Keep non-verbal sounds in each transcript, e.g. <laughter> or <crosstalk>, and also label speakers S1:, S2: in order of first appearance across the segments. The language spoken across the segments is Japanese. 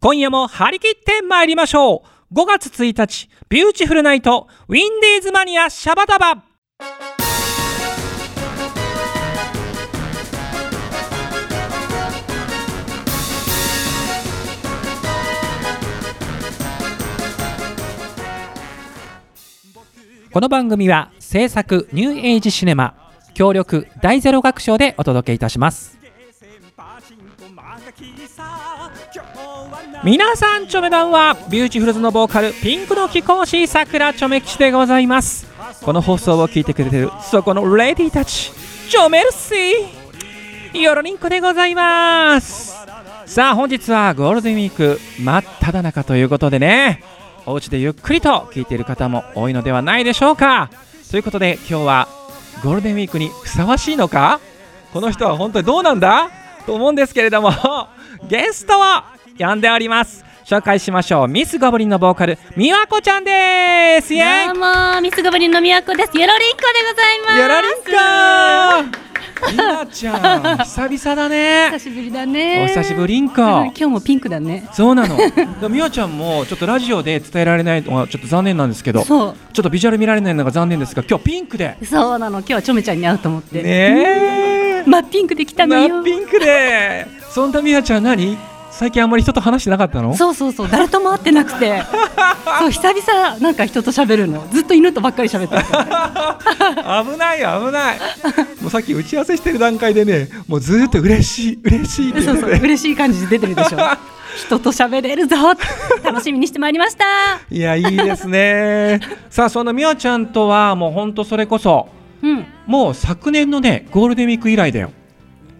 S1: 今夜も張り切って参りましょう5月1日ビューティフルナイトウィンディーズマニアシャバダバこの番組は制作ニューエイジシネマ協力大ゼロ学賞でお届けいたします皆さんチョメダンはビューティフルズのボーカルピンクの貴公子さくらチョメ吉でございますこの放送を聞いてくれてるそこのレディーたちチョメルシーヨロリンコでございますさあ本日はゴールデンウィーク真っ只中ということでねお家でゆっくりと聞いている方も多いのではないでしょうかということで今日はゴールデンウィークにふさわしいのかこの人は本当にどうなんだと思うんですけれども <laughs> ゲストを呼んでおります紹介しましょうミスゴブリンのボーカル美和子ちゃんですイエ
S2: どうもミスゴブリンの宮子ですよろりんこでございま
S1: ー
S2: す
S1: やられんかー美和ちゃん久々だ
S2: 久
S1: ね
S2: しぶりだ
S1: お
S2: ね
S1: 久しぶりん
S2: うん
S1: か
S2: 今日もピンクだね
S1: そうなのでも美和ちゃんもちょっとラジオで伝えられないのはちょっと残念なんですけどちょ
S2: そ
S1: っとビジュアル見られないのが残念ですが今日ピンクで
S2: うそうなの今日はちょめちゃんに会うと思っ
S1: ね
S2: て
S1: え
S2: 真っピンクで来たの
S1: 真
S2: よ
S1: っピンクでそんな美和ちゃん何最近あんまり人と話してなかったの
S2: そうそうそう誰とも会ってなくてそう久々なんか人と喋るのずっと犬とばっかり
S1: <laughs>
S2: 喋ってるから
S1: 危ないよ危
S2: <laughs>
S1: ないもうさっき打ち合わせしてる段階でねもうずーっと嬉しい嬉しいって言
S2: そう
S1: って
S2: そう
S1: て
S2: 嬉しい感じで出てる
S1: <laughs>
S2: でしょ人と喋れるぞ楽しみにしてまいりました
S1: いやいいですね <laughs> さあその美和ちゃんとはもうほんとそれこそ
S2: うん
S1: もう昨年のねゴールデンウィーク以来だよ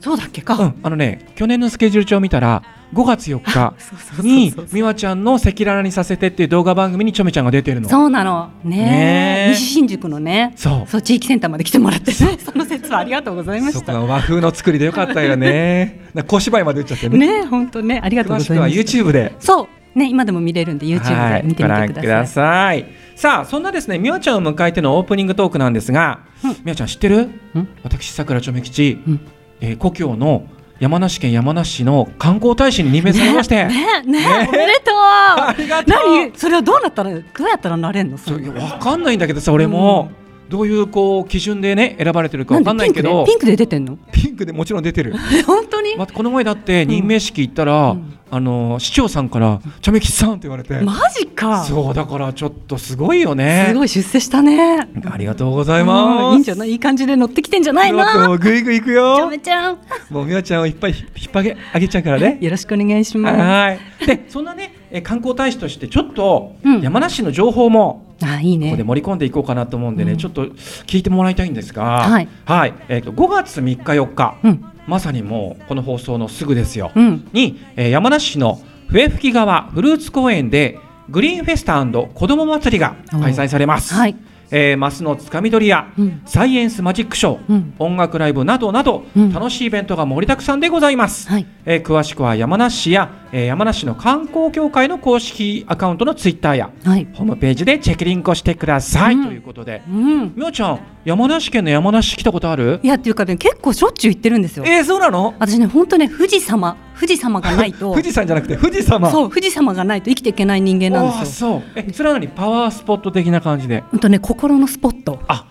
S2: そうだっけか、
S1: うんあのね去年のスケジュール帳見たら5月4日
S2: そうそうそう
S1: に
S2: そう
S1: 美和ちゃんの赤裸々にさせてっていう動画番組にちょめちゃんが出てるの
S2: そうなのね
S1: ねえ
S2: 西新宿のね
S1: そう
S2: そう地域センターまで来てもらってねその説はありがとうございま
S1: そ
S2: し
S1: こ
S2: た
S1: が和風の作りでよかったよ
S2: <laughs>
S1: ねなんか小芝居まで打っちゃってね
S2: ね本当ねありがとう
S1: 詳
S2: ご
S1: しく
S2: ざい
S1: は
S2: ました
S1: YouTube で
S2: そうね今でも見れるんで YouTube で見てみ
S1: はい
S2: て
S1: ご覧
S2: くだ
S1: く
S2: さい,、
S1: ださいさあそんなですね美和ちゃんを迎えてのオープニングトークなんですが、
S2: うん
S1: 美和ちゃん知ってる
S2: うん
S1: 私さくらちょめ吉、
S2: うん
S1: えー故郷の山梨県山梨市の観光大使に任命されまして、
S2: ねね
S1: ね
S2: おめでとう
S1: ありがとう
S2: 何それはどうなったらどうやったらなれんのそ
S1: そう
S2: れ
S1: いやわかんないんだけどさ俺も、どういうこう基準でね選ばれてるかわかんないけど
S2: でピンクでピンクで出てんの
S1: ピンクでもちろん出てる
S2: え本当に、
S1: まこの前だって任命式行ったら、
S2: うん
S1: あの市長さんから「ちょめ吉さん」って言われて、
S2: マジかす
S1: そうだからちょっとすごいよね
S2: ごい出世したね
S1: ありがとうございます、
S2: うんいいんじゃないいい感じで乗ってきてんじゃないの
S1: 待ってもうぐいぐい行く
S2: ちゃ
S1: よ
S2: めちゃん
S1: もうみわちゃんをいっぱい引っ張げあげちゃうからね
S2: よろしくお願いしま
S1: はいでそんなねえ観光大使としてちょっと
S2: うん
S1: 山梨の情報も
S2: すあいい
S1: ここで
S2: ね
S1: 盛り込んでいこうかなと思うんでね、
S2: うん
S1: ちょっと聞いてもらいたいんですが
S2: はい、
S1: えー、と5月3日4日、
S2: うん
S1: まさにもうこの放送のすぐですよ、
S2: うん
S1: に、えー山梨市の笛吹川フルーツ公園でグリーンフェスタ子ども祭りが開催されます、
S2: はい
S1: えーマスのつかみ取りや、
S2: うん
S1: サイエンスマジックショー、
S2: うん
S1: 音楽ライブなどなど、
S2: うん
S1: 楽しいイベントが盛りだくさんでございます、
S2: はい
S1: えー詳しくは山梨市や、えー山梨の観光協会の公式アカウントのツイッターや
S2: はい
S1: ホームページでチェックリンクをしてください、
S2: うん
S1: ということで
S2: うん
S1: みおちゃん山梨県の山梨来たことある
S2: いやっていうかね結構しょっちゅう行ってるんですよ
S1: えー、そうなの
S2: 私ね本当ね富士様富士様がない
S1: <laughs>
S2: と
S1: 富士山じゃなくて富士山
S2: そう富士様がないと生きていけない人間なん
S1: あー
S2: ですよ
S1: そうえそれなのにパワースポット的な感じで
S2: うんとね心のスポット
S1: あ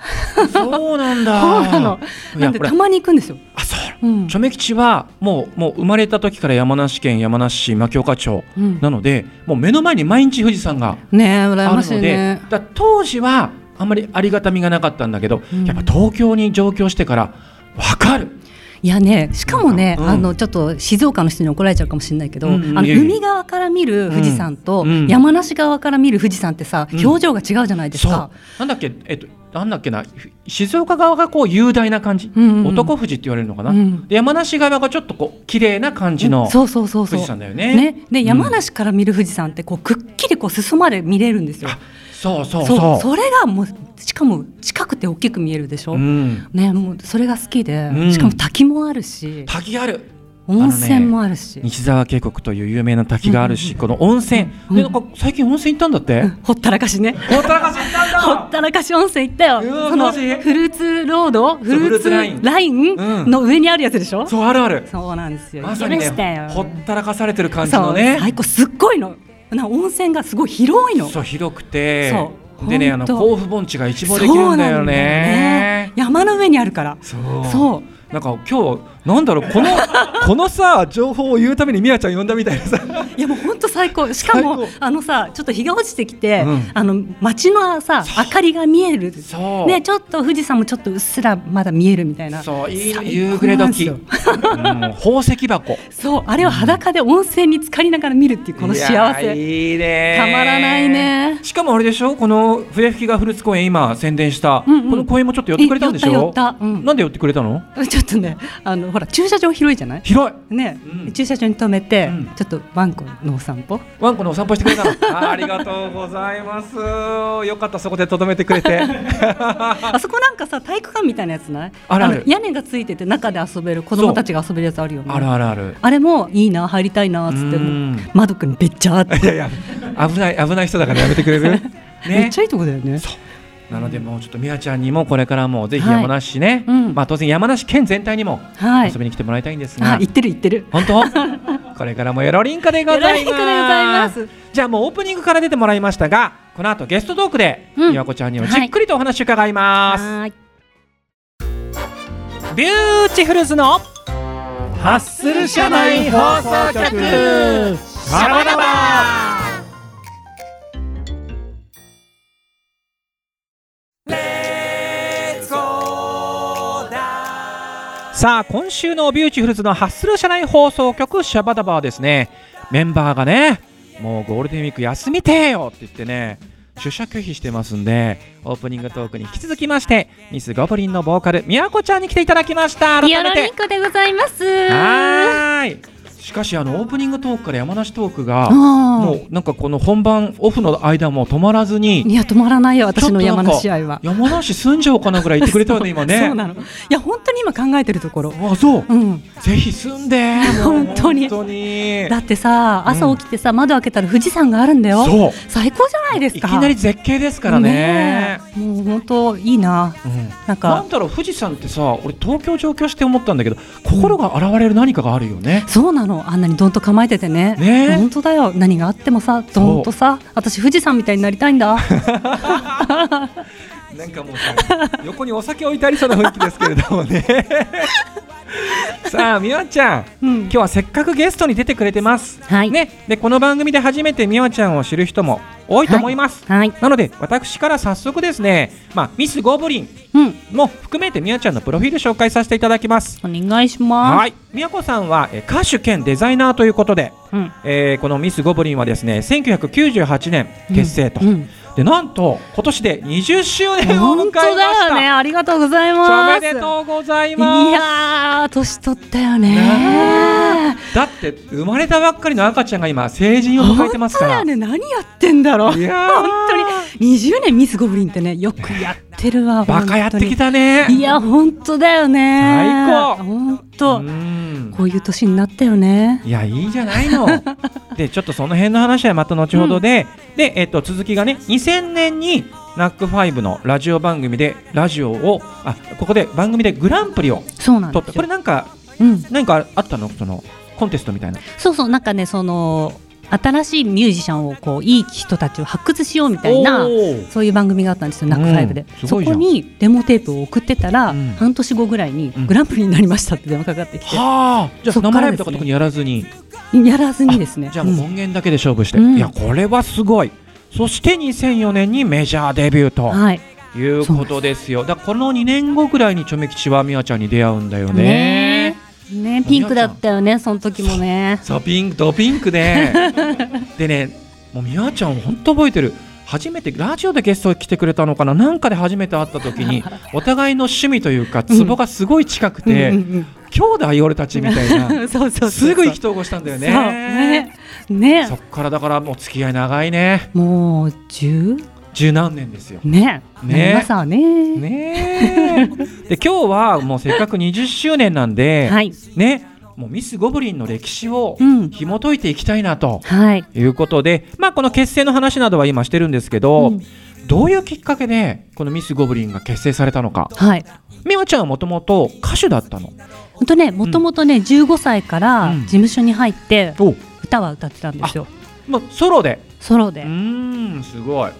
S1: そうなんだ
S2: <laughs> そうなの
S1: い
S2: な
S1: や
S2: んで
S1: ほら
S2: たまに行くんですよ
S1: あそう
S2: うん
S1: チョメ吉はもうもう生まれた時から山梨県山梨市牧岡町
S2: うん
S1: なので、もう目の前に毎日富士山が
S2: ねえ羨
S1: あ
S2: ま
S1: る
S2: しい
S1: ので、
S2: ね
S1: だから当時はあんまりありがたみがなかったんだけど、
S2: うん
S1: やっぱ東京に上京してから分かる
S2: いやねしかもね
S1: うん
S2: あのちょっと静岡の人に怒られちゃうかもしれないけど
S1: う
S2: あ
S1: んうん
S2: の
S1: いやいや
S2: 海側から見る富士山と
S1: うんうん
S2: 山梨側から見る富士山ってさ
S1: うん
S2: 表情が違うじゃないです
S1: そう
S2: か
S1: なんだっけえっとなんだっけなふ静岡側がこう雄大な感じ、
S2: うんうん
S1: 男富士って言われるのかな、
S2: うん
S1: で山梨側がちょっとこう綺麗な感じの
S2: そうそうそうそ
S1: 富
S2: う
S1: 士山だよね。
S2: ね、
S1: う
S2: で
S1: ん
S2: 山梨から見る富士山ってこうくっきりこう裾まで見れるんですよ
S1: あ。そうそうそう
S2: そうそれがもうしかも近くて大きく見えるでしょ。
S1: うん、
S2: ねもうそれが好きで、
S1: うん
S2: しかも滝もあるし、
S1: 滝ある
S2: 温泉も
S1: あ
S2: あるし、
S1: のね西沢渓谷という有名な滝があるし、この温泉、
S2: うん
S1: でなんか最近温泉行ったんだって、
S2: ほったらかしね
S1: ほったらかし行ったんだ
S2: ほったらかし温泉行ったよ
S1: うわ
S2: その
S1: マ
S2: フ
S1: ジ
S2: ルーツロードフル
S1: フルー
S2: ー
S1: ツ
S2: ツ
S1: ラ
S2: ラ
S1: イン
S2: イン
S1: うん
S2: の上にあるやつでしょ、
S1: そうあるある
S2: そうなんですよ
S1: ま
S2: 行
S1: さ
S2: き
S1: に
S2: ました
S1: ね
S2: よ
S1: ほったらかされてる感じ
S2: そ
S1: の
S2: う
S1: ね
S2: 最高すっごいのな温泉がすごい広いの
S1: そう広くて
S2: そう
S1: でねあの
S2: ほんと
S1: 甲府盆地が一望できるんだよね
S2: そうなんだよね山の上にあるから
S1: そう
S2: そう
S1: なんか今日なんだろう
S2: <laughs>
S1: このこのさ情報を言うためにみやちゃん呼んだみたいなさ
S2: いやもう本当最高しかも
S1: 最
S2: あのさちょっと日が落ちてきて、
S1: うん
S2: あの街のさ明かりが見える
S1: そう
S2: ねちょっと富士山もちょっとうっすらまだ見えるみたいな
S1: そういい
S2: 最高
S1: 夕暮れ
S2: なんで
S1: 時、
S2: す <laughs>
S1: う
S2: よ
S1: ん、宝石箱
S2: そうあれを裸で温泉に浸かりながら見るっていうこの幸
S1: いや
S2: せ
S1: いいね
S2: たまらないね
S1: しかもあれでしょこの笛吹きがフルーツ公園今宣伝した、
S2: うんうん
S1: この公園もちょっと寄ってくれたんでしょ
S2: え寄った寄ったうん
S1: なんで寄ってくれたの
S2: ちょっとねあのほら駐車場広いじゃない
S1: 広い
S2: ね、
S1: うん
S2: 駐車場に止めて、
S1: うん
S2: ちょっとワンコのお散歩
S1: ワンコのお散歩してくれたの <laughs> あーありがとうございますよかったそこでとどめてくれ
S2: <laughs>
S1: て
S2: あそこなんかさ体育館みたいなやつない
S1: あるある
S2: の屋根がついてて中で遊べる子供たちが遊べるやつあるよね
S1: あるあるある
S2: あれもいいな入りたいなっつって
S1: う
S2: もうん窓くんべっちゃーって、
S1: いやいや危ない危ない人だからやめてくれ
S2: <laughs>
S1: る
S2: めっ
S1: ね
S2: ちゃいいとこだよね
S1: なのでもうちょっとみやちゃんにもこれからもぜひ山梨市ね、
S2: はいうん
S1: まあ当然山梨県全体にも
S2: はい
S1: 遊びに来てもらいたいんですが、
S2: あ行ってる行ってる
S1: 本
S2: <laughs>
S1: 当これからもよろりんかでございます
S2: よろりんかでございます
S1: じゃあもうオープニングから出てもらいましたがこの後ゲストトークで
S2: うん
S1: 美和子ちゃんにもじっくりとお話伺います、
S2: はーい
S1: ビューティフルズのハッスル社内放送局シャバダバさあ今週のビューティフルズのハッスル社内放送局シャバダバはですねメンバーがねもうゴールデンウィーク休みてえよって言ってね出社拒否してますんでオープニングトークに引き続きましてミスゴブリンのボーカルみやこちゃんに来ていただきました改
S2: ビオ
S1: め
S2: ロ
S1: て
S2: ニコでございます
S1: はーい。しかしあのオープニングトークから山梨トークがも
S2: も
S1: うなんかこの本番オフの間も止まらず
S2: うい
S1: に
S2: や止まらないよ私の
S1: ちょっとな
S2: 山
S1: んか
S2: 梨愛は
S1: 山梨住んじゃおうかなぐらい言ってくれたよね今
S2: そう
S1: ね。
S2: なのいや本当に今考えてるところ
S1: あそう。
S2: うん
S1: ぜひ住んで。もう
S2: 本当に
S1: 本当に。
S2: だってさ朝起きてさ、窓開けたら富士山があるんだよ
S1: そう。
S2: 最高じゃないです
S1: い
S2: か
S1: きなり絶景ですからね。
S2: えもう本当いいな
S1: うん
S2: なん
S1: な
S2: か
S1: んだろう富士山ってさ俺東京上京して思ったんだけど心が現れる何かがあるよね。
S2: そうなのあんなにどんと構えててね
S1: ねえ
S2: 本当だよ何があってもさどんとさ私富士山みたいになりたいんだ
S1: なんかもうさ横にお酒置いてありそうな雰囲気ですけれども
S2: <laughs>
S1: ね。さあみわちゃん
S2: うん
S1: 今日はせっかくゲストに出てくれてます。
S2: はい
S1: ね、でこの番組で初めてみわちゃんを知る人も多いと思います。
S2: はい
S1: なので私から早速ですね、まあ、ミスゴブリン
S2: うん
S1: も含めてみわちゃんのプロフィール紹介させていただきます。
S2: お願いします
S1: はい、みやこさんはえ歌手兼デザイナーということで、
S2: うん
S1: えーこのミスゴブリンはですね1998年結成と、 <laughs>
S2: うんうん
S1: でなんと今年で20周年を迎え
S2: 本
S1: ま
S2: 当
S1: した
S2: だよねありがとうございます
S1: おめでとうござい
S2: い
S1: ます
S2: やー年取ったよ
S1: ね
S2: ね
S1: だって生まれたばっかりの赤ちゃんが今成人を迎えてま
S2: 本
S1: す
S2: 当
S1: か
S2: だ
S1: ら
S2: よね何やってんだろう
S1: い
S2: 本
S1: やー
S2: 当に20年ミスゴブリンってねよくやってるわ
S1: バカやってき
S2: た
S1: たね
S2: いや本当だよね
S1: 最高
S2: 本
S1: う
S2: 当
S1: ん
S2: こういう年になったよね
S1: いやいいじゃない
S2: <laughs>
S1: のでちょっとその辺の話はまた後ほどで、で、えっと、続きがね2000年にナックファイブのラジオ番組でラジオをあここで番組でグランプリを
S2: そうなん
S1: 取っ
S2: で
S1: た
S2: す
S1: こ
S2: よ
S1: れなんか
S2: うん、
S1: 何かあったのそのコンテストみたいな
S2: そうそうなんかねその新しいミュージシャンをこういい人たちを発掘しようみたいな
S1: おー
S2: そういう番組があったんですよ、ナックファイブで、
S1: うんす
S2: そ
S1: ご
S2: こ
S1: いじゃん
S2: にデモテープを送ってたら、
S1: うん
S2: 半年後ぐらいに
S1: うん
S2: グランプリになりましたって電話かかってきて、
S1: はあじゃあ
S2: そっか
S1: 生
S2: ら
S1: ライブ
S2: で
S1: とか
S2: すね
S1: 特にやらずに
S2: やらずにですね
S1: じゃあもう音源だけで勝負して、
S2: うん
S1: いやこれはすごいそして2004年にメジャーデビュー
S2: うん
S1: と
S2: はい
S1: いうことですよだからこの2年後ぐらいにちょめ吉はみわちゃんに出会うんだよね
S2: ねえねえピンクだったよねその時もね
S1: そうピンクドピンクで
S2: <laughs>
S1: でねもうみわちゃん本当覚えてる初めてラジオでゲスト来てくれたのかななんかで初めて会った時
S2: <laughs>
S1: にお互いの趣味というかツボがすごい近くて、
S2: うんうん
S1: 兄弟俺たちみたい
S2: うん
S1: な
S2: <laughs> そうそうそう
S1: すぐ意気投合したんだよ
S2: そう
S1: ね
S2: ね
S1: そっからだからもう付き合い長いね
S2: もう10
S1: 十何年ですよ
S2: ね
S1: ね
S2: なりますわね <laughs>
S1: ねえで今日はもうせっかく20周年なんで、
S2: はい
S1: ねもうミス・ゴブリンの歴史を
S2: うん
S1: 紐解いていきたいなと
S2: はい。
S1: いうことで、まあ、この結成の話などは今してるんですけど、
S2: うん
S1: どういうきっかけでこのミス・ゴブリンが結成されたのか
S2: はい。
S1: 美和ちゃんはもともと歌手だったの。
S2: ほんとね、もともとね、15歳から
S1: うん
S2: 事務所に入って、
S1: お
S2: 歌は歌ってたんですよ。
S1: まあ、ソロで
S2: ソロ
S1: う
S2: で。
S1: ーんすごい、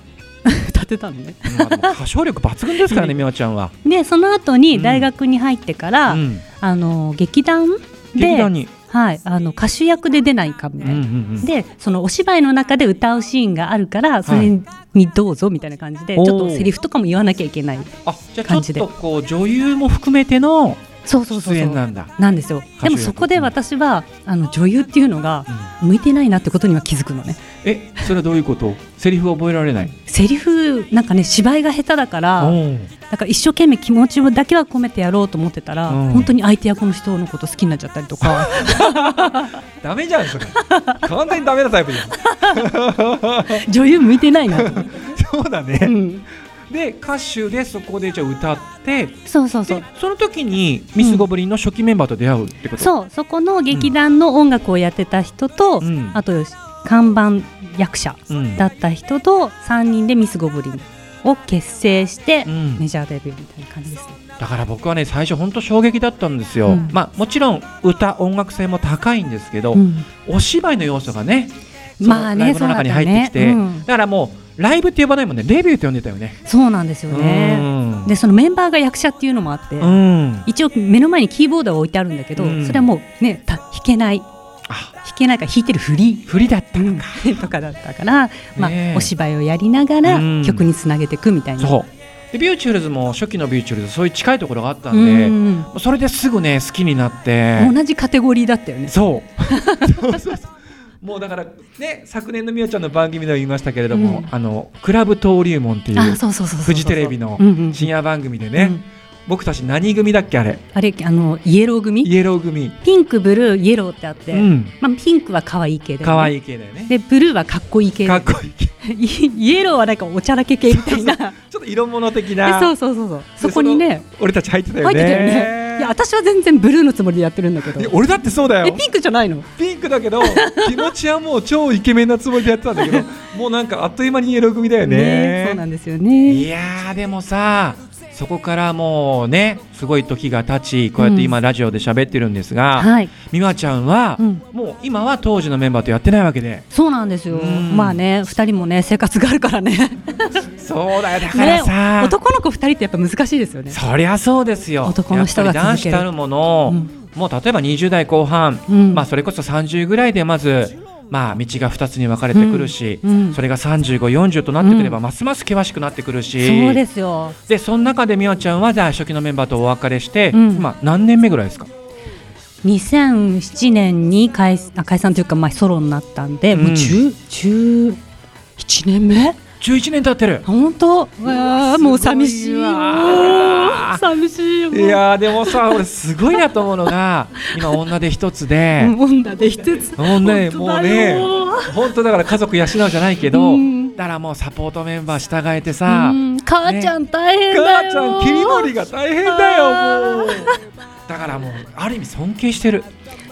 S2: 歌ってたのね。
S1: まあでも歌唱力抜群です
S2: <laughs>
S1: からね美和ちゃんは、
S2: で、その後
S1: う
S2: に
S1: ん
S2: 大学に入ってか
S1: う
S2: ら、
S1: ん、
S2: あの、劇団で、
S1: 劇団に、
S2: はい、あの、歌手役で出ないかみ
S1: う
S2: た
S1: んう
S2: い
S1: ん
S2: な。
S1: うん、
S2: でそのお芝居の中で歌うシーンがあるからそれにどうぞみたいな感じで、
S1: はい
S2: ちょっとセリフとかも言わなきゃいけない
S1: あじゃあ
S2: 感
S1: ちょ
S2: じ
S1: っ
S2: で
S1: とこう女優も含めての
S2: そうそうそう
S1: 出
S2: そう
S1: 演なんだ
S2: なんですよ
S1: 役
S2: でもそこで私はあの女優っていうのが
S1: う
S2: 向いてないなってことには気づくのね
S1: んえそれはどういうことセリフ覚えられない
S2: セリフなんかね芝居が下手だから
S1: お
S2: なん
S1: ー
S2: か一生懸命気持ちだけは込めてやろうと思ってたら、
S1: うん
S2: 本当に相手役の人のこと好きになっちゃったりとか
S1: ダメじゃん
S2: <laughs>
S1: それ完全にダメなタイプじゃん
S2: <laughs> 女優向いてないなと思って、
S1: そうだ
S2: う
S1: ね
S2: ん、
S1: で歌手でそこでじゃあ歌って
S2: そうそうそう
S1: でその時にミス・ゴブリンの初期メンバーと出会うってこと、
S2: そうそこの劇団の音楽をやってた人と、
S1: うん
S2: あと看板役者
S1: うん、うん
S2: だった人と3人でミス・ゴブリンを結成して、
S1: うん
S2: メジャーデビューみたいな感じですね。
S1: だから僕はね最初本当衝撃だったんですよ、
S2: うん
S1: まあもちろん歌音楽性も高いんですけど、
S2: うん
S1: お芝居の要素がねその
S2: まあね
S1: ライブの中に入ってきて
S2: そうだ
S1: だ,、
S2: ったねうん
S1: からもうライブって呼ばないもんねレビューって呼んでたよね
S2: そうなんですよね。
S1: うん
S2: でそのメンバーが役者っていうのもあって、
S1: うん
S2: 一応目の前にキーボードが置いてあるんだけど、
S1: うん
S2: それはもうねた弾けない弾
S1: あ
S2: けないから弾いてるフリ
S1: 振りだったのか、
S2: ーとかだったから、まあ
S1: ねえ、
S2: お芝居をやりながら
S1: うん
S2: 曲につなげていくみたいな。
S1: そうでビューチュールズも初期のビューチュールズそういう近いところがあったん
S2: う
S1: で、
S2: ん
S1: それですぐね好きになって
S2: 同じカテゴリーだったよね。
S1: そうそうそうそうもう <laughs> だからね昨年のみおちゃんの番組では言いましたけれども、
S2: うん
S1: あのクラブ登竜門っていう
S2: あそうそうそうそうそう
S1: フジテレビの
S2: うんうん
S1: 深夜番組で
S2: う
S1: ね
S2: ん
S1: 僕たち何組だっけあれ
S2: あれあのイエロー組
S1: イエロー組
S2: ピンクブルーイエローってあって、
S1: うん
S2: まあ、ピンクは可愛い系で、ね、
S1: 可愛い系だよね
S2: でブルーはかっこいい系で
S1: かっこいい系
S2: <laughs> イエローはなんかおちゃらけ系みたいな
S1: <laughs> ちょっと色物的
S2: で
S1: な
S2: そうそうそうそうそこにね
S1: その俺たち入ってたよ
S2: 入っ
S1: ね
S2: てたよねいや私は全然ブルーのつもりでやってるんだけど
S1: いや俺だってそうだ
S2: え
S1: よ
S2: ピンクじゃないの
S1: ピンクだけ
S2: <laughs>
S1: ど気持ちはもう超イケメンなつもりでやってたんだけどもうなんかあっという間にイエロー組だよ
S2: ねそうなんですよね
S1: いやーでもさそこからもうねすごい時が経ちこうやって今ラジオで喋ってるんですが、
S2: はい
S1: 美和ちゃんは、
S2: うん
S1: もう今は当時のメンバーとやってないわけで
S2: そうなんですよ
S1: うん
S2: まあね二人もね生活があるからね
S1: そうだよだから
S2: ね
S1: さ、
S2: 男の子二人ってやっぱ難しいですよね
S1: そりゃそうですよ
S2: 男の人
S1: や
S2: が
S1: っぱり男
S2: 続
S1: 子
S2: ける
S1: たるもの、
S2: うん
S1: もう例えば20代後半、
S2: うん
S1: まあ、それこそ30ぐらいでまず、まあ、道が2つに分かれてくるし、
S2: うんうん
S1: それが3540となってくれば、
S2: う
S1: ますます険しくなってくるし
S2: そうですよ
S1: でその中で美和ちゃんはじゃあ初期のメンバーとお別れして、
S2: うん
S1: 今何年目ぐらいですか
S2: 2007年に解散あ解散というか、まあ、ソロになったんで、もう
S1: う
S2: 10 17年目
S1: 11年経ってる
S2: 本当うわーもう
S1: すごいわ
S2: 寂しいよ寂しいよ
S1: いやーでもさ俺すごいなと思うの
S2: <laughs>
S1: が今女で一つで
S2: 女で一つ
S1: もうねも
S2: 本当
S1: う
S2: だ
S1: ね
S2: よ
S1: 本当だから家族養うじゃないけど、
S2: うん
S1: だからもうサポートメンバー従えてさ、
S2: うん母ちゃん大変だよ、
S1: 母ちゃん切り盛りが大変だよも
S2: あ
S1: うだからもうある意味尊敬してる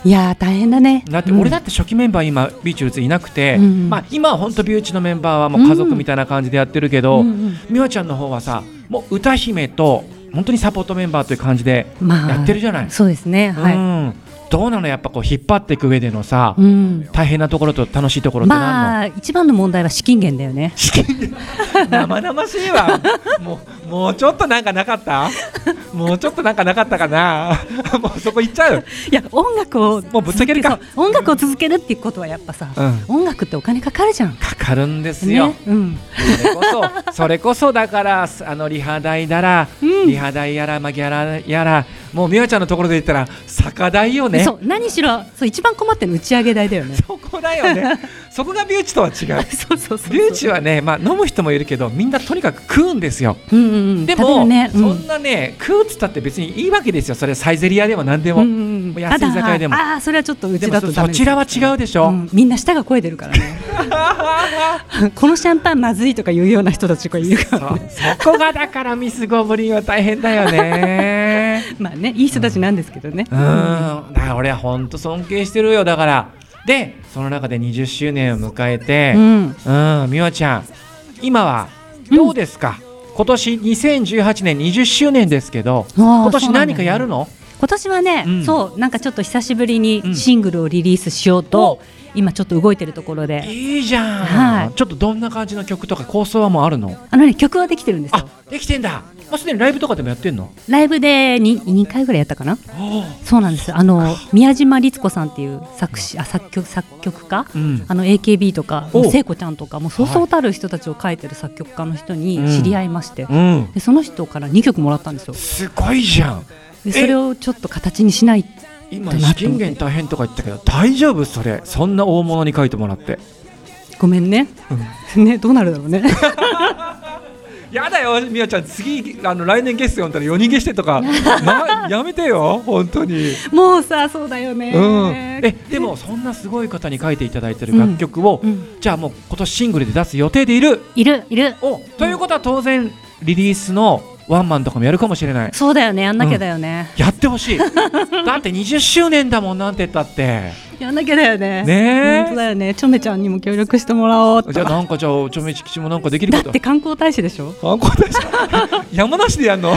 S2: いやー大変だね
S1: だって俺だ
S2: っ
S1: って初期メンバー今ビーチューズいなくて、
S2: うん
S1: まあ、今は本当ビューチのメンバーはもう家族みたいな感じでやってるけど、
S2: うんうん
S1: 美和ちゃんの方はさもう歌姫と本当にサポートメンバーという感じで
S2: ま
S1: やってるじゃない
S2: そうですねはい、
S1: うん、どうなのやっぱこう引っ張っていく上でのさ、
S2: うん
S1: 大変なところと楽しいところって
S2: ま
S1: 何の、
S2: あ一番の問題は資金源だよね
S1: <laughs> 生々しいわもうもうちょっとなんかなかったもうちょっとなんかなかったかな <laughs> もうそこ行っちゃう、
S2: いや音楽を
S1: もうぶっちゃけるか
S2: そう音楽を続けるっていうことはやっぱさ、
S1: うん、
S2: 音楽ってお金かかるじゃん。
S1: かかるんですよ、
S2: ね、うん、
S1: それこそそれこそだからあのリハ代だら、
S2: うん
S1: リハ代やらマギャラやらもう美和ちゃんのところで言ったら酒代よね。
S2: そう何しろそう一番困ってるの打ち上げ代だよね
S1: そこだよ
S2: <laughs>
S1: ねそこがビューチとは違う
S2: そうそうそう。
S1: ビューチはね、まあ、飲む人もいるけどみんなとにかく食うんですよ
S2: うんうんうん。
S1: で
S2: 食べ
S1: も、
S2: るね、うん
S1: そんなね食うっつったって別にいいわけですよそれサイゼリアでも何でも、
S2: うんうん
S1: も
S2: う。
S1: うん安い居酒屋でも
S2: あだあーそれはちょっとう
S1: で
S2: ち
S1: も
S2: だ
S1: そ
S2: と
S1: そちらは違うでしょ、
S2: うんみんな舌が肥えてるからね。
S1: <laughs>
S2: このシャンパンまずいとか言うような人たちがいるか
S1: そうそこがだからミス・ゴブリンは大変だよね
S2: <laughs>
S1: ね
S2: まあねいい人たちなんですけどね、
S1: うんだから俺は本当尊敬してるよだからでその中で20周年を迎えて
S2: うん
S1: うん美和ちゃん今はどうですか、今年2018年20周年ですけど
S2: あー
S1: 今年
S2: そうなんだ
S1: 何かやるの
S2: 今年はね、
S1: うん
S2: そうなんかちょっと久しぶり
S1: うん
S2: にシングルをリリースしようと、今ちょっと動いてるところで
S1: いいじゃん、
S2: はい
S1: ちょっとどんな感じの曲とか構想はもうあるの
S2: あのね曲はできてるんです
S1: あ
S2: よ
S1: できてんだもうすでにライブとかでもやってんの
S2: ライブで 2, 2回ぐらいやったかなそうなんですあの宮島律子さんっていう作詞あ作曲作曲家、
S1: うん
S2: あの AKB とか
S1: お
S2: 聖子ちゃんとかもうそうそうたる人たちを書いてる作曲家の人
S1: うん
S2: に知り合いまして、
S1: うん
S2: でその人から2曲もらったんですよ
S1: すごいじゃん
S2: でそれをちょっと形にしない
S1: 今資金源大変とか言ったけど大丈夫それそんな大物に書いてもらって
S2: ごめんね、ねどうなるだ
S1: <laughs>
S2: ろうね
S1: やだよみやちゃん次あの来年ゲスト呼んだら4人ゲストとか <laughs> なやめてよ本当に
S2: もうさそうだよね、
S1: うん、えでもそんなすごい方に書いていただいてる楽曲を、
S2: うん
S1: じゃあもう今年シングルで出す予定でいる
S2: いるいる
S1: おということは当然リリースのワンマンとかもやるかもしれない
S2: そうだよねやんなきゃだよね、
S1: やってほしいだって20周年だもんなんて言ったって
S2: やんなきゃだよね
S1: ねえ
S2: 本当だよねちょめちゃんにも協力してもらおうと
S1: じゃあ
S2: だ
S1: なんかじゃあおちょめちきちもなんかできるこ
S2: っ
S1: と
S2: て観光大使でしょ
S1: あこれ山梨でやん
S2: <laughs>
S1: の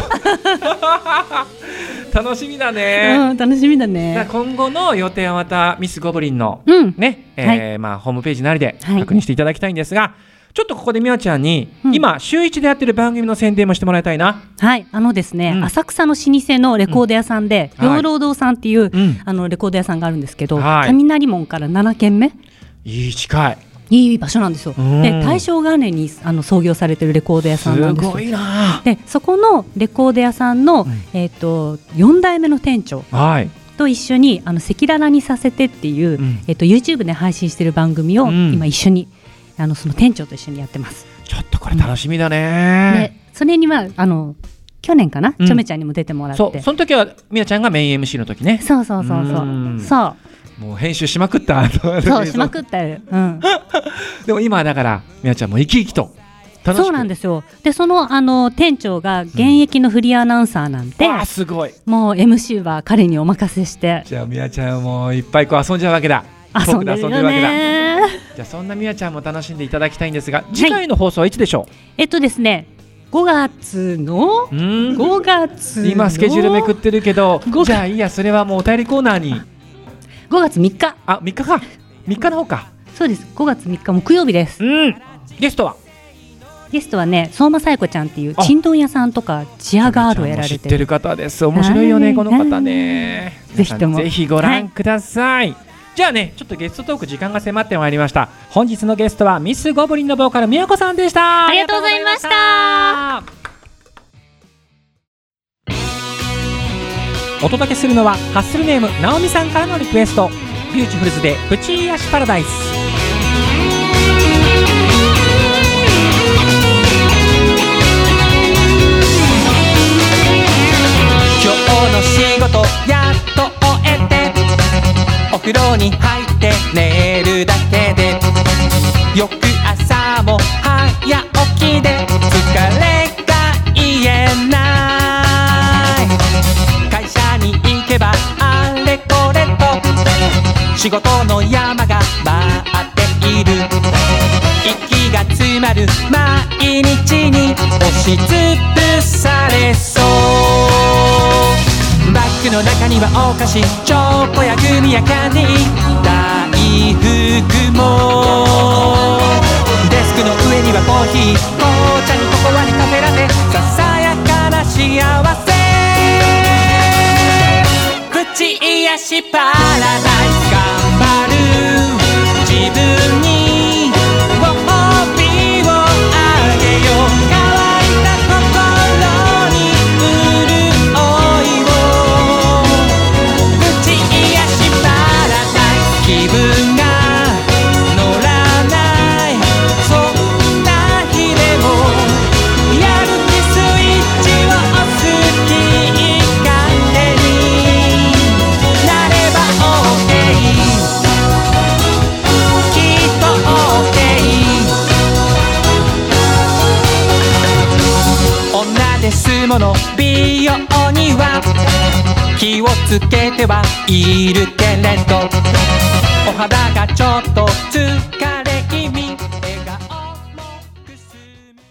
S1: 楽しみだね、
S2: うん、楽しみだ
S1: じゃあ
S2: ね。
S1: 今後の予定はまたミスゴブリンの
S2: うん、
S1: ね、えーまあ、ホームページなりで
S2: はい
S1: 確認していただきたいんですが、ちょっとここでみおちゃんに、
S2: うん
S1: 今週一でやってる番組の宣伝もしてもらいたいな、
S2: はい、あのですね、
S1: うん
S2: 浅草の老舗のレコード屋さんで、
S1: うんはい
S2: 養老堂さんっていう、
S1: うん
S2: あのレコード屋さんがあるんですけど、
S1: はい
S2: 雷門から7軒目。
S1: いい近い
S2: いい場所なんですよ。
S1: うん
S2: で、大正元年にあの創業されてるレコード屋
S1: す
S2: さんなんですよ
S1: ご。いな
S2: で、そこのレコード屋さんの、
S1: ん
S2: えっ、と、4代目の店長
S1: はい
S2: と一緒に、あの赤裸々にさせてっていう、
S1: うん
S2: えっ、と、YouTube で配信してる番組を、
S1: うん
S2: 今一緒に、あの、その店長と一緒にやってます。
S1: ちょっとこれ楽しみだ
S2: で
S1: ね、
S2: それにはあの去年かな、
S1: うん
S2: ちょめちゃんにも出てもらって
S1: そ
S2: そうう
S1: その時はみおちゃんがメイン MC の時ね
S2: そうそうそうそう
S1: うん
S2: そ
S1: もう編集しまくった
S2: うそうしまくったよ、うん、
S1: でも今はだからみおちゃんも生き生きと楽しく
S2: そうなんですよでそのあの店長が現役のフリーアナウンサーなんで、
S1: わあすごい
S2: もう MC は彼にお任せして
S1: じゃあみやちゃんもいっぱいこう遊んじゃうわけだ
S2: 遊んでる
S1: 遠くで遊ん
S2: よ
S1: でるわけだ
S2: ね
S1: じゃあそんなみやちゃんも楽しんでいただきたいんですが次回の放送はいつでしょ
S2: えっとですね5月の
S1: う、うーん
S2: 5月の
S1: 今スケジュールめくってるけど
S2: ご
S1: じゃあいいやそれはもうお便りコーナーに
S2: 5月3日
S1: あ3日か3日の方か
S2: そうです5月3日木曜日です
S1: うんゲストは
S2: ゲストはね相馬彩子ちゃんっていう
S1: あ
S2: ちんどん屋さんとかチアガールをやられ
S1: ちゃんも知ってて
S2: る
S1: る方です面白いよ
S2: は
S1: ね
S2: い
S1: この方ね
S2: ぜひと
S1: 皆
S2: も
S1: さんぜひご覧ください、じゃあねちょっとゲストトーク時間が迫ってまいりました本日のゲストはミスゴブリンのボーカルみやこさんでした
S2: ありがとうございまし
S1: ありがとうご
S2: た
S1: ざいましたお届けするのはハッスルネームなおみさんからのリクエストビューティフルズでプチ癒しパラダイス
S3: 今日の仕事やっと終えてお風呂に入って寝るだけで翌朝も早起きで疲れが癒えない会社に行けばあれこれと仕事の山が待っている息が詰まる毎日に押しつぶされそうバッグの中にはお菓子チョコやグミやキャンディー大福もデスクの上にはコーヒー紅茶にココアにカフェラテささやかな幸せ口癒しパラダイス頑張る自分にご褒美をあげよう乾いた心に潤いを口癒しパラダイス気分が乗らないそんな日でもやる気スイッチを押すきっかけになれば OK きっと OK 女ですもの美容には気をつけてはいるけれどお肌がちょっと疲れ気味笑顔もくすむ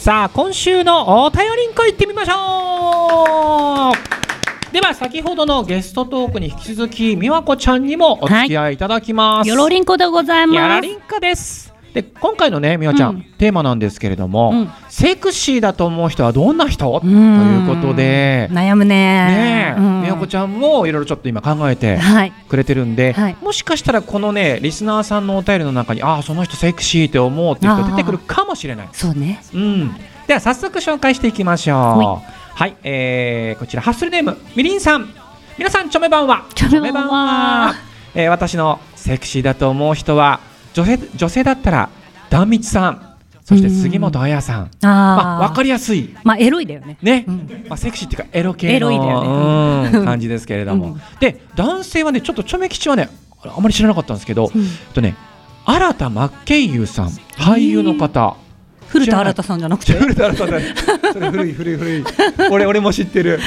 S1: さあ今週のお便りんこ行ってみましょうでは先ほどのゲストトークに引き続き美和子ちゃんにもお付き合いいただきます、
S2: よろりんこでござい
S1: や
S2: ま
S1: ら
S2: す
S1: り。んかですで今回のね美和ちゃん、
S2: うん
S1: テーマなんですけれども、
S2: うん
S1: セクシーだと思う人はどんな人と
S2: ん
S1: いうことで
S2: 悩む
S1: ね
S2: ね。
S1: え、美和子ちゃんもいろいろちょっと今考えて
S2: はい。
S1: くれてるんで、
S2: はい
S1: もしかしたらこのねリスナーさんのお便りの中にああその人セクシーって思うっていう人出てくるかもしれない
S2: そうね。
S1: うん、では早速紹介していきましょう。
S2: は
S1: はい、えーこちらハッスルネームみりんさん。皆さんちょめばんは。
S2: ちょめばんは
S1: ちょえー私のセクシーだと思う人は女性女性だったら壇蜜さん、そして杉本彩さん。まあ
S2: ああ。
S1: わかりやすい。
S2: まあエロいだよね。
S1: ね、
S2: うん
S1: まあ、セクシーっていうかエロ系の
S2: エロいだよね
S1: うん感じですけれども、
S2: うん
S1: で男性はねちょっとちょめ吉はねああまり知らなかったんですけど、えっとね新田真剣佑さん俳優の方、
S2: 古田新太さんじゃなくて。
S1: 古田新太さんそれ古い古い古い俺俺も知ってる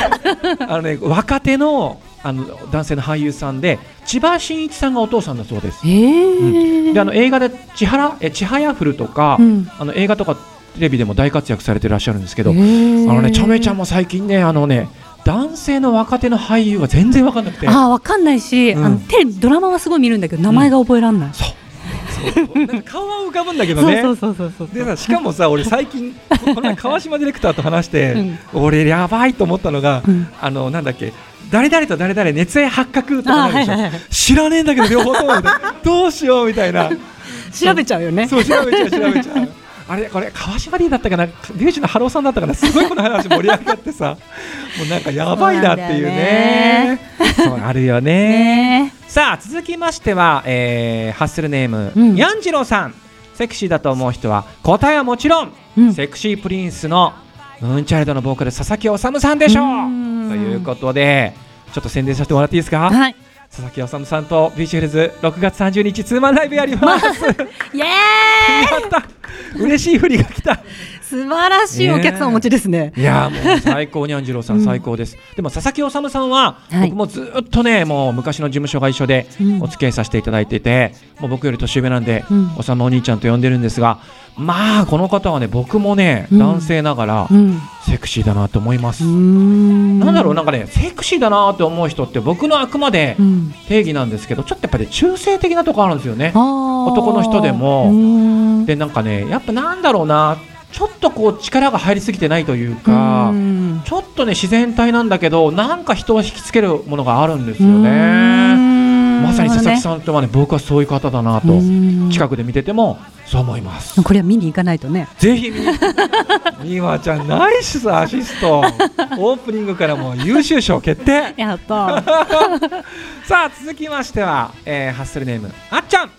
S1: あのね若手のあの男性の俳優さんで千葉真一さんがお父さんだそうです
S2: ええ。
S1: であの映画で千原え千早フルとか、
S2: うん
S1: あの映画とかテレビでも大活躍されてらっしゃるんですけど、
S2: へ
S1: あ
S2: ー
S1: のねちゃめちゃんも最近ねあのね男性の若手の俳優が全然わかんなくて
S2: ああわかんないし、
S1: うん
S2: あのテレビドラマはすごい見るんだけど名前が覚えらんない。
S1: そうそうなんか顔は浮かぶんだけど
S2: そう
S1: ね
S2: そうそうそうそう。
S1: でさしかもさ俺最近この前川島ディレクターと話して、
S2: うん
S1: 俺やばいと思ったのが、
S2: うん
S1: あのなんだっけ誰々と誰々熱愛発覚とか
S2: あ
S1: なるで
S2: ーはい
S1: しょ、
S2: はいはい。
S1: 知らねえんだけど両方ともみたいなどうしようみたいな
S2: 調べちゃうよね。
S1: そう調べちゃう調べちゃうあれこれ川島 D だったかなリュウジのハローさんだったかなすごいこの話盛り上がってさもうなんかやばいなっていうねそうあるよね
S2: ね
S1: さあ続きましては、えーハッスルネーム、
S2: うん
S1: にゃんじろうさんセクシーだと思う人は答えはもちろん、
S2: うん
S1: セクシープリンスのムーンチャイルドのボーカル佐々木修さんでしょう
S2: うん
S1: ということでちょっと宣伝させてもらっていいですか、
S2: え。はい。
S1: 佐々木修さんとビーチフルズ6月30日ツーマンライブやります、や
S2: イエ
S1: った嬉しい振りが来た
S2: ーイ。素晴らしいお客さんお持ちですね。
S1: いやーもう最高にゃんじろうさん最高です、でも佐々木修さんは、
S2: はい
S1: 僕もずっとねもう昔の事務所が一緒で
S2: うん
S1: お付き合いさせていただいていて、もう僕より年上なんで、
S2: うん
S1: おさまお兄ちゃんと呼んでるんですがまあこの方はね僕もね、
S2: うん
S1: 男性ながら
S2: うん。
S1: セクシーだなと思います、
S2: ん
S1: なんだろうなんかねセクシーだなと思う人って僕のあくまで
S2: うん。
S1: 定義なんですけどちょっとやっぱり中性的なとこあるんですよね男
S2: 男
S1: の人でも
S2: も
S1: でなんかねやっぱなんだろうなちょっとこう力が入りすぎてないというか、
S2: うん
S1: ちょっとね自然体なんだけどなんか人を引きつけるものがあるんです
S2: う
S1: よね
S2: ん
S1: まさに佐々木さんとはね僕はそういう方だなと
S2: うん
S1: 近くで見ててもそう思います
S2: これは見に行かないとね
S1: ぜひ見に <laughs> 美和ちゃんナイスアシスト <laughs> オープニングからもう優秀賞決定
S2: やった
S1: さあ続きましては、えーハッスルネームあっちゃん、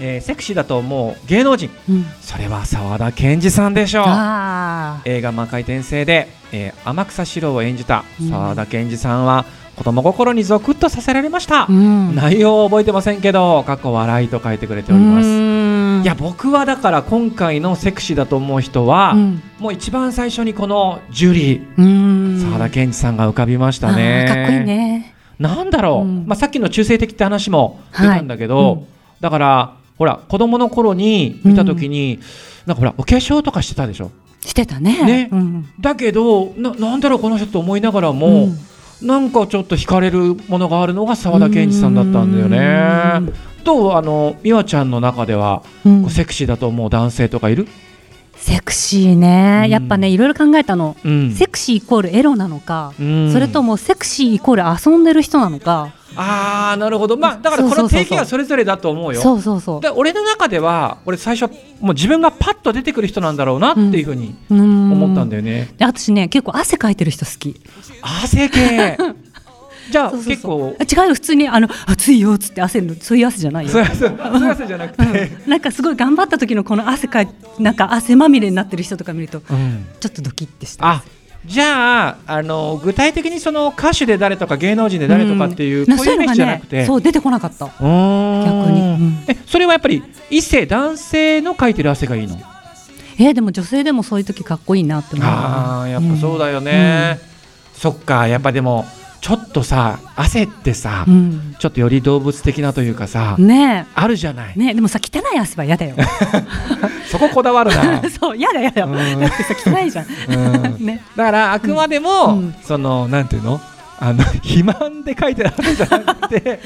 S1: えーセクシーだと思う芸能人
S2: うん
S1: それは沢田研二さんでしょう
S2: あ
S1: 映画「魔界転生で」えー天草四郎を演じた
S2: うん
S1: 沢田研二さんは、子供心にゾクッとさせられました、
S2: ーうん
S1: 内容を覚えてませんけど過去笑いと書いてくれております、
S2: うん
S1: いや僕はだから今回のセクシーだと思う人は、
S2: うん
S1: もう一番最初にこのジュリー
S2: うん
S1: 沢田研二さんが浮かびましたね
S2: あーかっこいいね
S1: なんだろう、
S2: うん
S1: まあ、さっきの中性的って話も出たんだけど、
S2: はいうん
S1: だからほら子供の頃に見た時に、なんかほらお化粧とかしてたでしょ
S2: してたね
S1: ね
S2: うん
S1: だけどななんだろうこの人と思いながらも、
S2: うん
S1: なんかちょっと惹かれるものがあるのが沢田研二さんだったんだよね。とあの美和ちゃんの中では、
S2: うん
S1: こうセクシーだと思う男性とかいる、
S2: セクシー
S1: う
S2: ね
S1: ん
S2: やっぱねいろいろ考えたの
S1: うん
S2: セクシーイコールエロなのか
S1: うん
S2: それともセクシーイコール遊んでる人なのか
S1: ああなるほどまあだから
S2: そう
S1: こ
S2: そ
S1: の
S2: うそうそう
S1: 定義はそれぞれだと思うよ。
S2: そうそうそ
S1: で俺の中では俺最初もう自分がパッと出てくる人なんだろうなっていうふうに
S2: う思
S1: 思ったんだ
S2: よ
S1: よね。
S2: 私ね結構汗かいてる人好き
S1: 汗
S2: <laughs>
S1: 系じゃあ
S2: そうそう
S1: 結
S2: そう <laughs>
S1: 構
S2: あ違うよ普通にあの暑いよっつって汗のそういう汗じゃないよ
S1: それそれそれ汗じゃなくて。
S2: なんかすごい頑張った時のこの汗かいなんか汗まみれになってる人とか見ると
S1: うん
S2: ちょっとドキッてした
S1: あじゃああの具体的にその歌手で誰とか芸能人で誰とかっていう、
S2: んな
S1: こういうイメージじゃなくて
S2: そういうのがねそう出てこなかった
S1: うーん
S2: 逆にうん
S1: えそれはやっぱり異性男性の描いてる汗がいいの
S2: えーでも女性でもそういう時かっこいいなって思う
S1: あーやっぱそうだよ
S2: うん
S1: ね、そっかやっぱでもちょっとさ汗ってさ、
S2: うん
S1: ちょっとより動物的なというかさ、
S2: ね
S1: あるじゃない、
S2: えねえでもさ汚い汗は嫌だよ
S1: そここだわる
S2: <laughs>
S1: な
S2: そう嫌だ嫌だ
S1: うん
S2: だってさ汚いじゃん
S1: うん
S2: ね
S1: だからあくまでも、
S2: うん
S1: そのなんていうのあの <laughs> 肥満で描いてる汗じゃなくて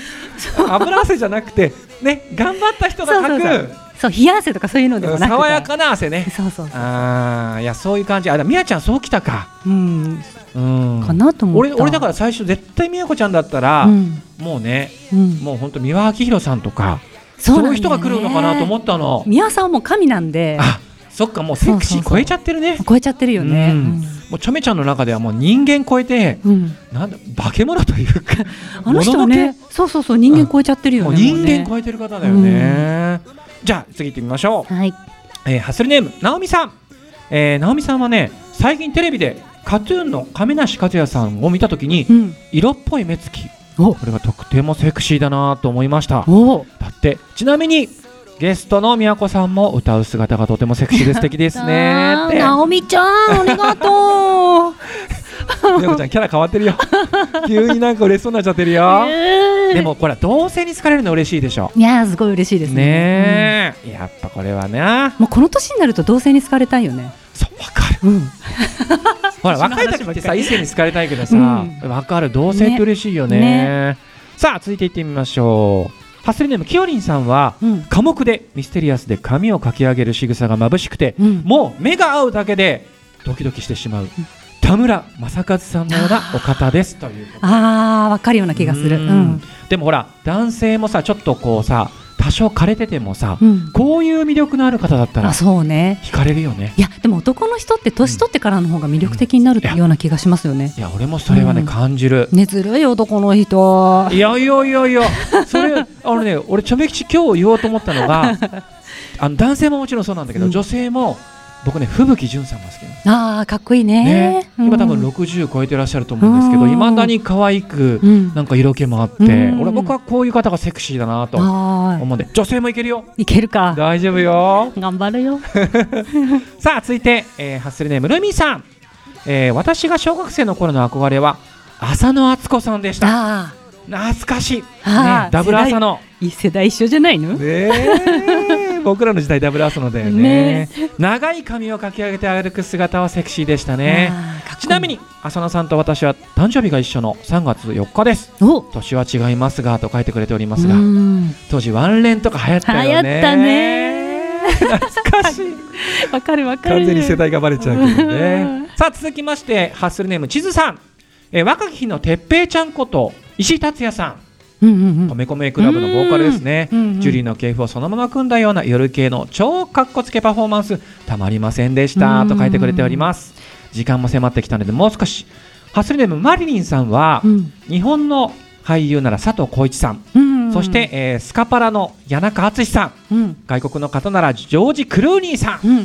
S1: 油汗じゃなくてね頑張った人が
S2: そう
S1: 描く
S2: そう冷や汗とかそういうので
S1: う
S2: も
S1: ん
S2: なくて
S1: 爽やかな汗ね
S2: そうそうそう
S1: あーいやそういう感じあみやちゃんそうきたか、
S2: うん
S1: うん、
S2: かなと思っ
S1: 俺
S2: た
S1: 俺だから最初絶対美和子ちゃんだったら、
S2: うん
S1: もうね
S2: うん
S1: もう本当三輪明宏さんとか
S2: そ
S1: そうう
S2: な
S1: う
S2: いんだよ
S1: 人が
S2: ね
S1: 来るのかなと思ったの、
S2: 宮さんはもう神なんで
S1: あそっかもうセクシ
S2: そ
S1: ー
S2: うそうそう
S1: 超えちゃってるね
S2: 超えちゃってるよね
S1: うんもうちょめちゃんの中ではもう人間超えて
S2: うんうん
S1: なんだ化け物というか
S2: <laughs> あの人は
S1: もの
S2: ねそうそうそう人間超えちゃってる
S1: も
S2: よ
S1: う
S2: ね
S1: 人間
S2: もうね
S1: 超えてる方だよね、じゃあ次行ってみましょ
S2: はい、
S1: う、えーハッスルネームなおみさん、えー、なおみさんはね最近テレビでカトゥーンの亀梨和也さんを見たときに
S2: うん、
S1: 色っぽい目つき
S2: お
S1: これはとってもセクシーだなと思いました
S2: おー
S1: だってちなみにゲストの宮子さんも歌う姿がとてもセクシーで素敵ですね
S2: <laughs> あ
S1: っ
S2: ー
S1: て
S2: なおみちゃん、ありがと
S1: <laughs>
S2: う。
S1: 宮子ちゃんキャラ変わってる
S2: <laughs>
S1: よ急になんか嬉しそうになっちゃってるよ
S2: えー
S1: でもこれは同性に好かれるの嬉しいでしょ
S2: いやー、すごい嬉しいですね。
S1: ねえ、やっぱこれはな
S2: うんもうこの年になると同性に好かれたいよね。
S1: そうわかる
S2: うん、
S1: <laughs> ほら若い時ってさ異性に好かれたいけどさ
S2: う
S1: わ、
S2: ん
S1: かる同性って嬉しいよね
S2: ね
S1: さあ続いていってみましょうハッスルネームきよりんさんは
S2: うん、
S1: 寡黙でミステリアスで髪をかき上げる仕草が眩しくて、
S2: うん
S1: もう目が合うだけでドキドキしてしまう、田村正和さんのようなお方ですということ
S2: ああ、わかるような気がする。
S1: う
S2: うんん、
S1: でもほら男性もさちょっとこうさ多少枯れててもさ、
S2: うん、
S1: こういう魅力のある方だったら
S2: あ、そうね。
S1: 惹かれるよね
S2: いや、でも男の人って年取ってからの方が魅力的になる
S1: うん
S2: ような気がしますよね。
S1: いや俺もそれはね、
S2: うん
S1: 感じる
S2: ね、ずるい男の人。
S1: いやいやいやいやそれあのね俺ちょめ吉今日言おうと思ったの
S2: <laughs>
S1: があの男性ももちろんそうなんだけど、
S2: うん
S1: 女性も僕ね吹雪純さんが好きなんです
S2: ああ、かっこいいね。
S1: ね、今多分
S2: うん
S1: 60超えてらっしゃると思うんですけど
S2: うん
S1: いまだに可愛く
S2: うん、
S1: なんか色気もあって、
S2: うん
S1: 俺僕はこういう方がセクシーだなと思
S2: ああ、
S1: うんで女性もいけるよ
S2: いけるか。
S1: 大丈夫よ
S2: 頑張るよ。
S1: さあ続いて、えーハッスルネームルミさん、えー私が小学生の頃の憧れは浅野敦子さんでした
S2: ああ、
S1: 懐かしい、ね
S2: あー、
S1: ダブル浅野
S2: いい世代一緒じゃないの？
S1: ね <laughs> え僕らの時代ダブル浅野だよね長い髪をかき上げて歩く姿はセクシーでしたね
S2: あーかっこいい
S1: ちなみに浅野さんと私は誕生日が一緒の3月4日です
S2: お
S1: 年は違いますがと書いてくれておりますが、
S2: うん
S1: 当時ワンレンとか流行ったよね行った
S2: 流
S1: ね懐かしい
S2: わかるわかる
S1: 完全に世代がバレちゃうけど
S2: うん
S1: ねさあ続きましてハッスルネーム地図さん、えー若き日の鉄平ちゃんこと石井達也さん
S2: うんうんう
S1: 米
S2: ん
S1: メコメクラブのボーカルですね、
S2: うんうん
S1: ジュリーの系譜をそのまま組んだような夜系の超かっこつけパフォーマンスたまりませんでした、
S2: うん
S1: と書いてくれております時間も迫ってきたのでもう少しハッスルネームマリリンさんは、
S2: うん
S1: 日本の俳優なら佐藤浩市さん、
S2: うん
S1: そして、えースカパラの谷中敦さん
S2: うん
S1: 外国の方ならジョージ・クルーニーさん
S2: うん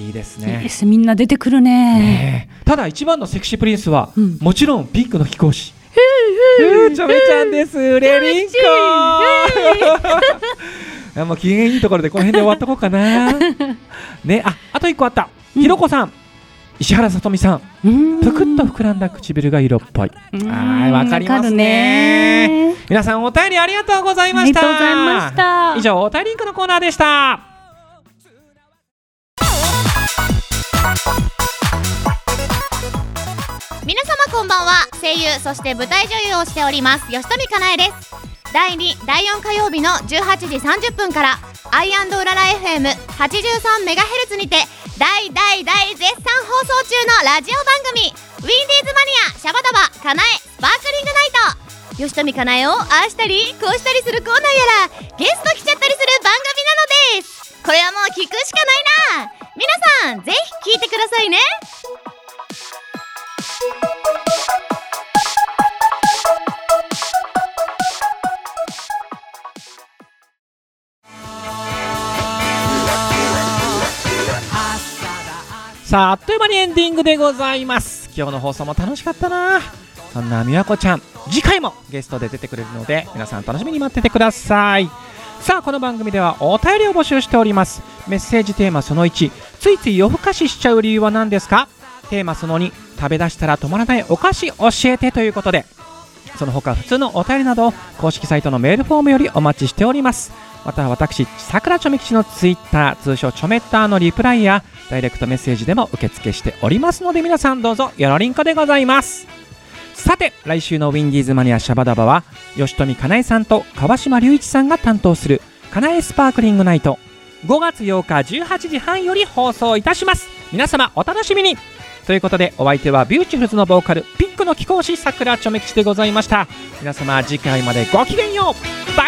S2: い
S1: いいです
S2: い
S1: ね
S2: ですみんな出てくるね
S1: ねえただ一番のセクシープリンスは、
S2: うん
S1: もちろんピンクの貴公子うーちょめちゃんですレリンコ <laughs> あもう機嫌いいところでこの辺で終わっとこうか
S2: <laughs>
S1: なねああと一個あった
S2: うん
S1: ひろこさん石原さとみさん
S2: うん
S1: ぷくっと膨らんだ唇が色っぽい
S2: うん
S1: はいわかりますね
S2: わるね
S1: 皆さんお便りありがとうございました
S2: ありがとうございました
S1: 以上お便りリンクのコーナーでした
S4: 皆様こんばんは声優そして舞台女優をしております吉富かなえです第2第4火曜日の18時30分からアイうらら FM83 メガヘルツにて大大大絶賛放送中のラジオ番組「ウィンディーズマニアシャバダバかなえスパークリングナイト」吉富かなえをああしたりこうしたりするコーナーやらゲスト来ちゃったりする番組なのですこれはもう聞くしかないな皆さんぜひ聞いてくださいね
S1: さああっという間にエンディングでございます今日の放送も楽しかったなそんな美和子ちゃん次回もゲストで出てくれるので皆さん楽しみに待っててくださいさあこの番組ではお便りを募集しておりますメッセージテーマその1ついつい夜更かししちゃう理由は何ですかテーマその2食べ出したら止まらないお菓子教えてということでその他普通のお便りなど公式サイトのメールフォームよりお待ちしておりますまた私さくらちょめ吉のツイッター通称ちょめっターのリプライやダイレクトメッセージでも受付しておりますので皆さんどうぞよろりんこでございますさて来週のウィンディーズマニアシャバダバは吉富かなえさんと川島隆一さんが担当するかなえスパークリングナイト5月8日18時半より放送いたします皆様お楽しみにということでお相手はビューティフルズのボーカルピンクの貴公子さくらちょめ吉でございました皆様次回までごきげんようバイバイ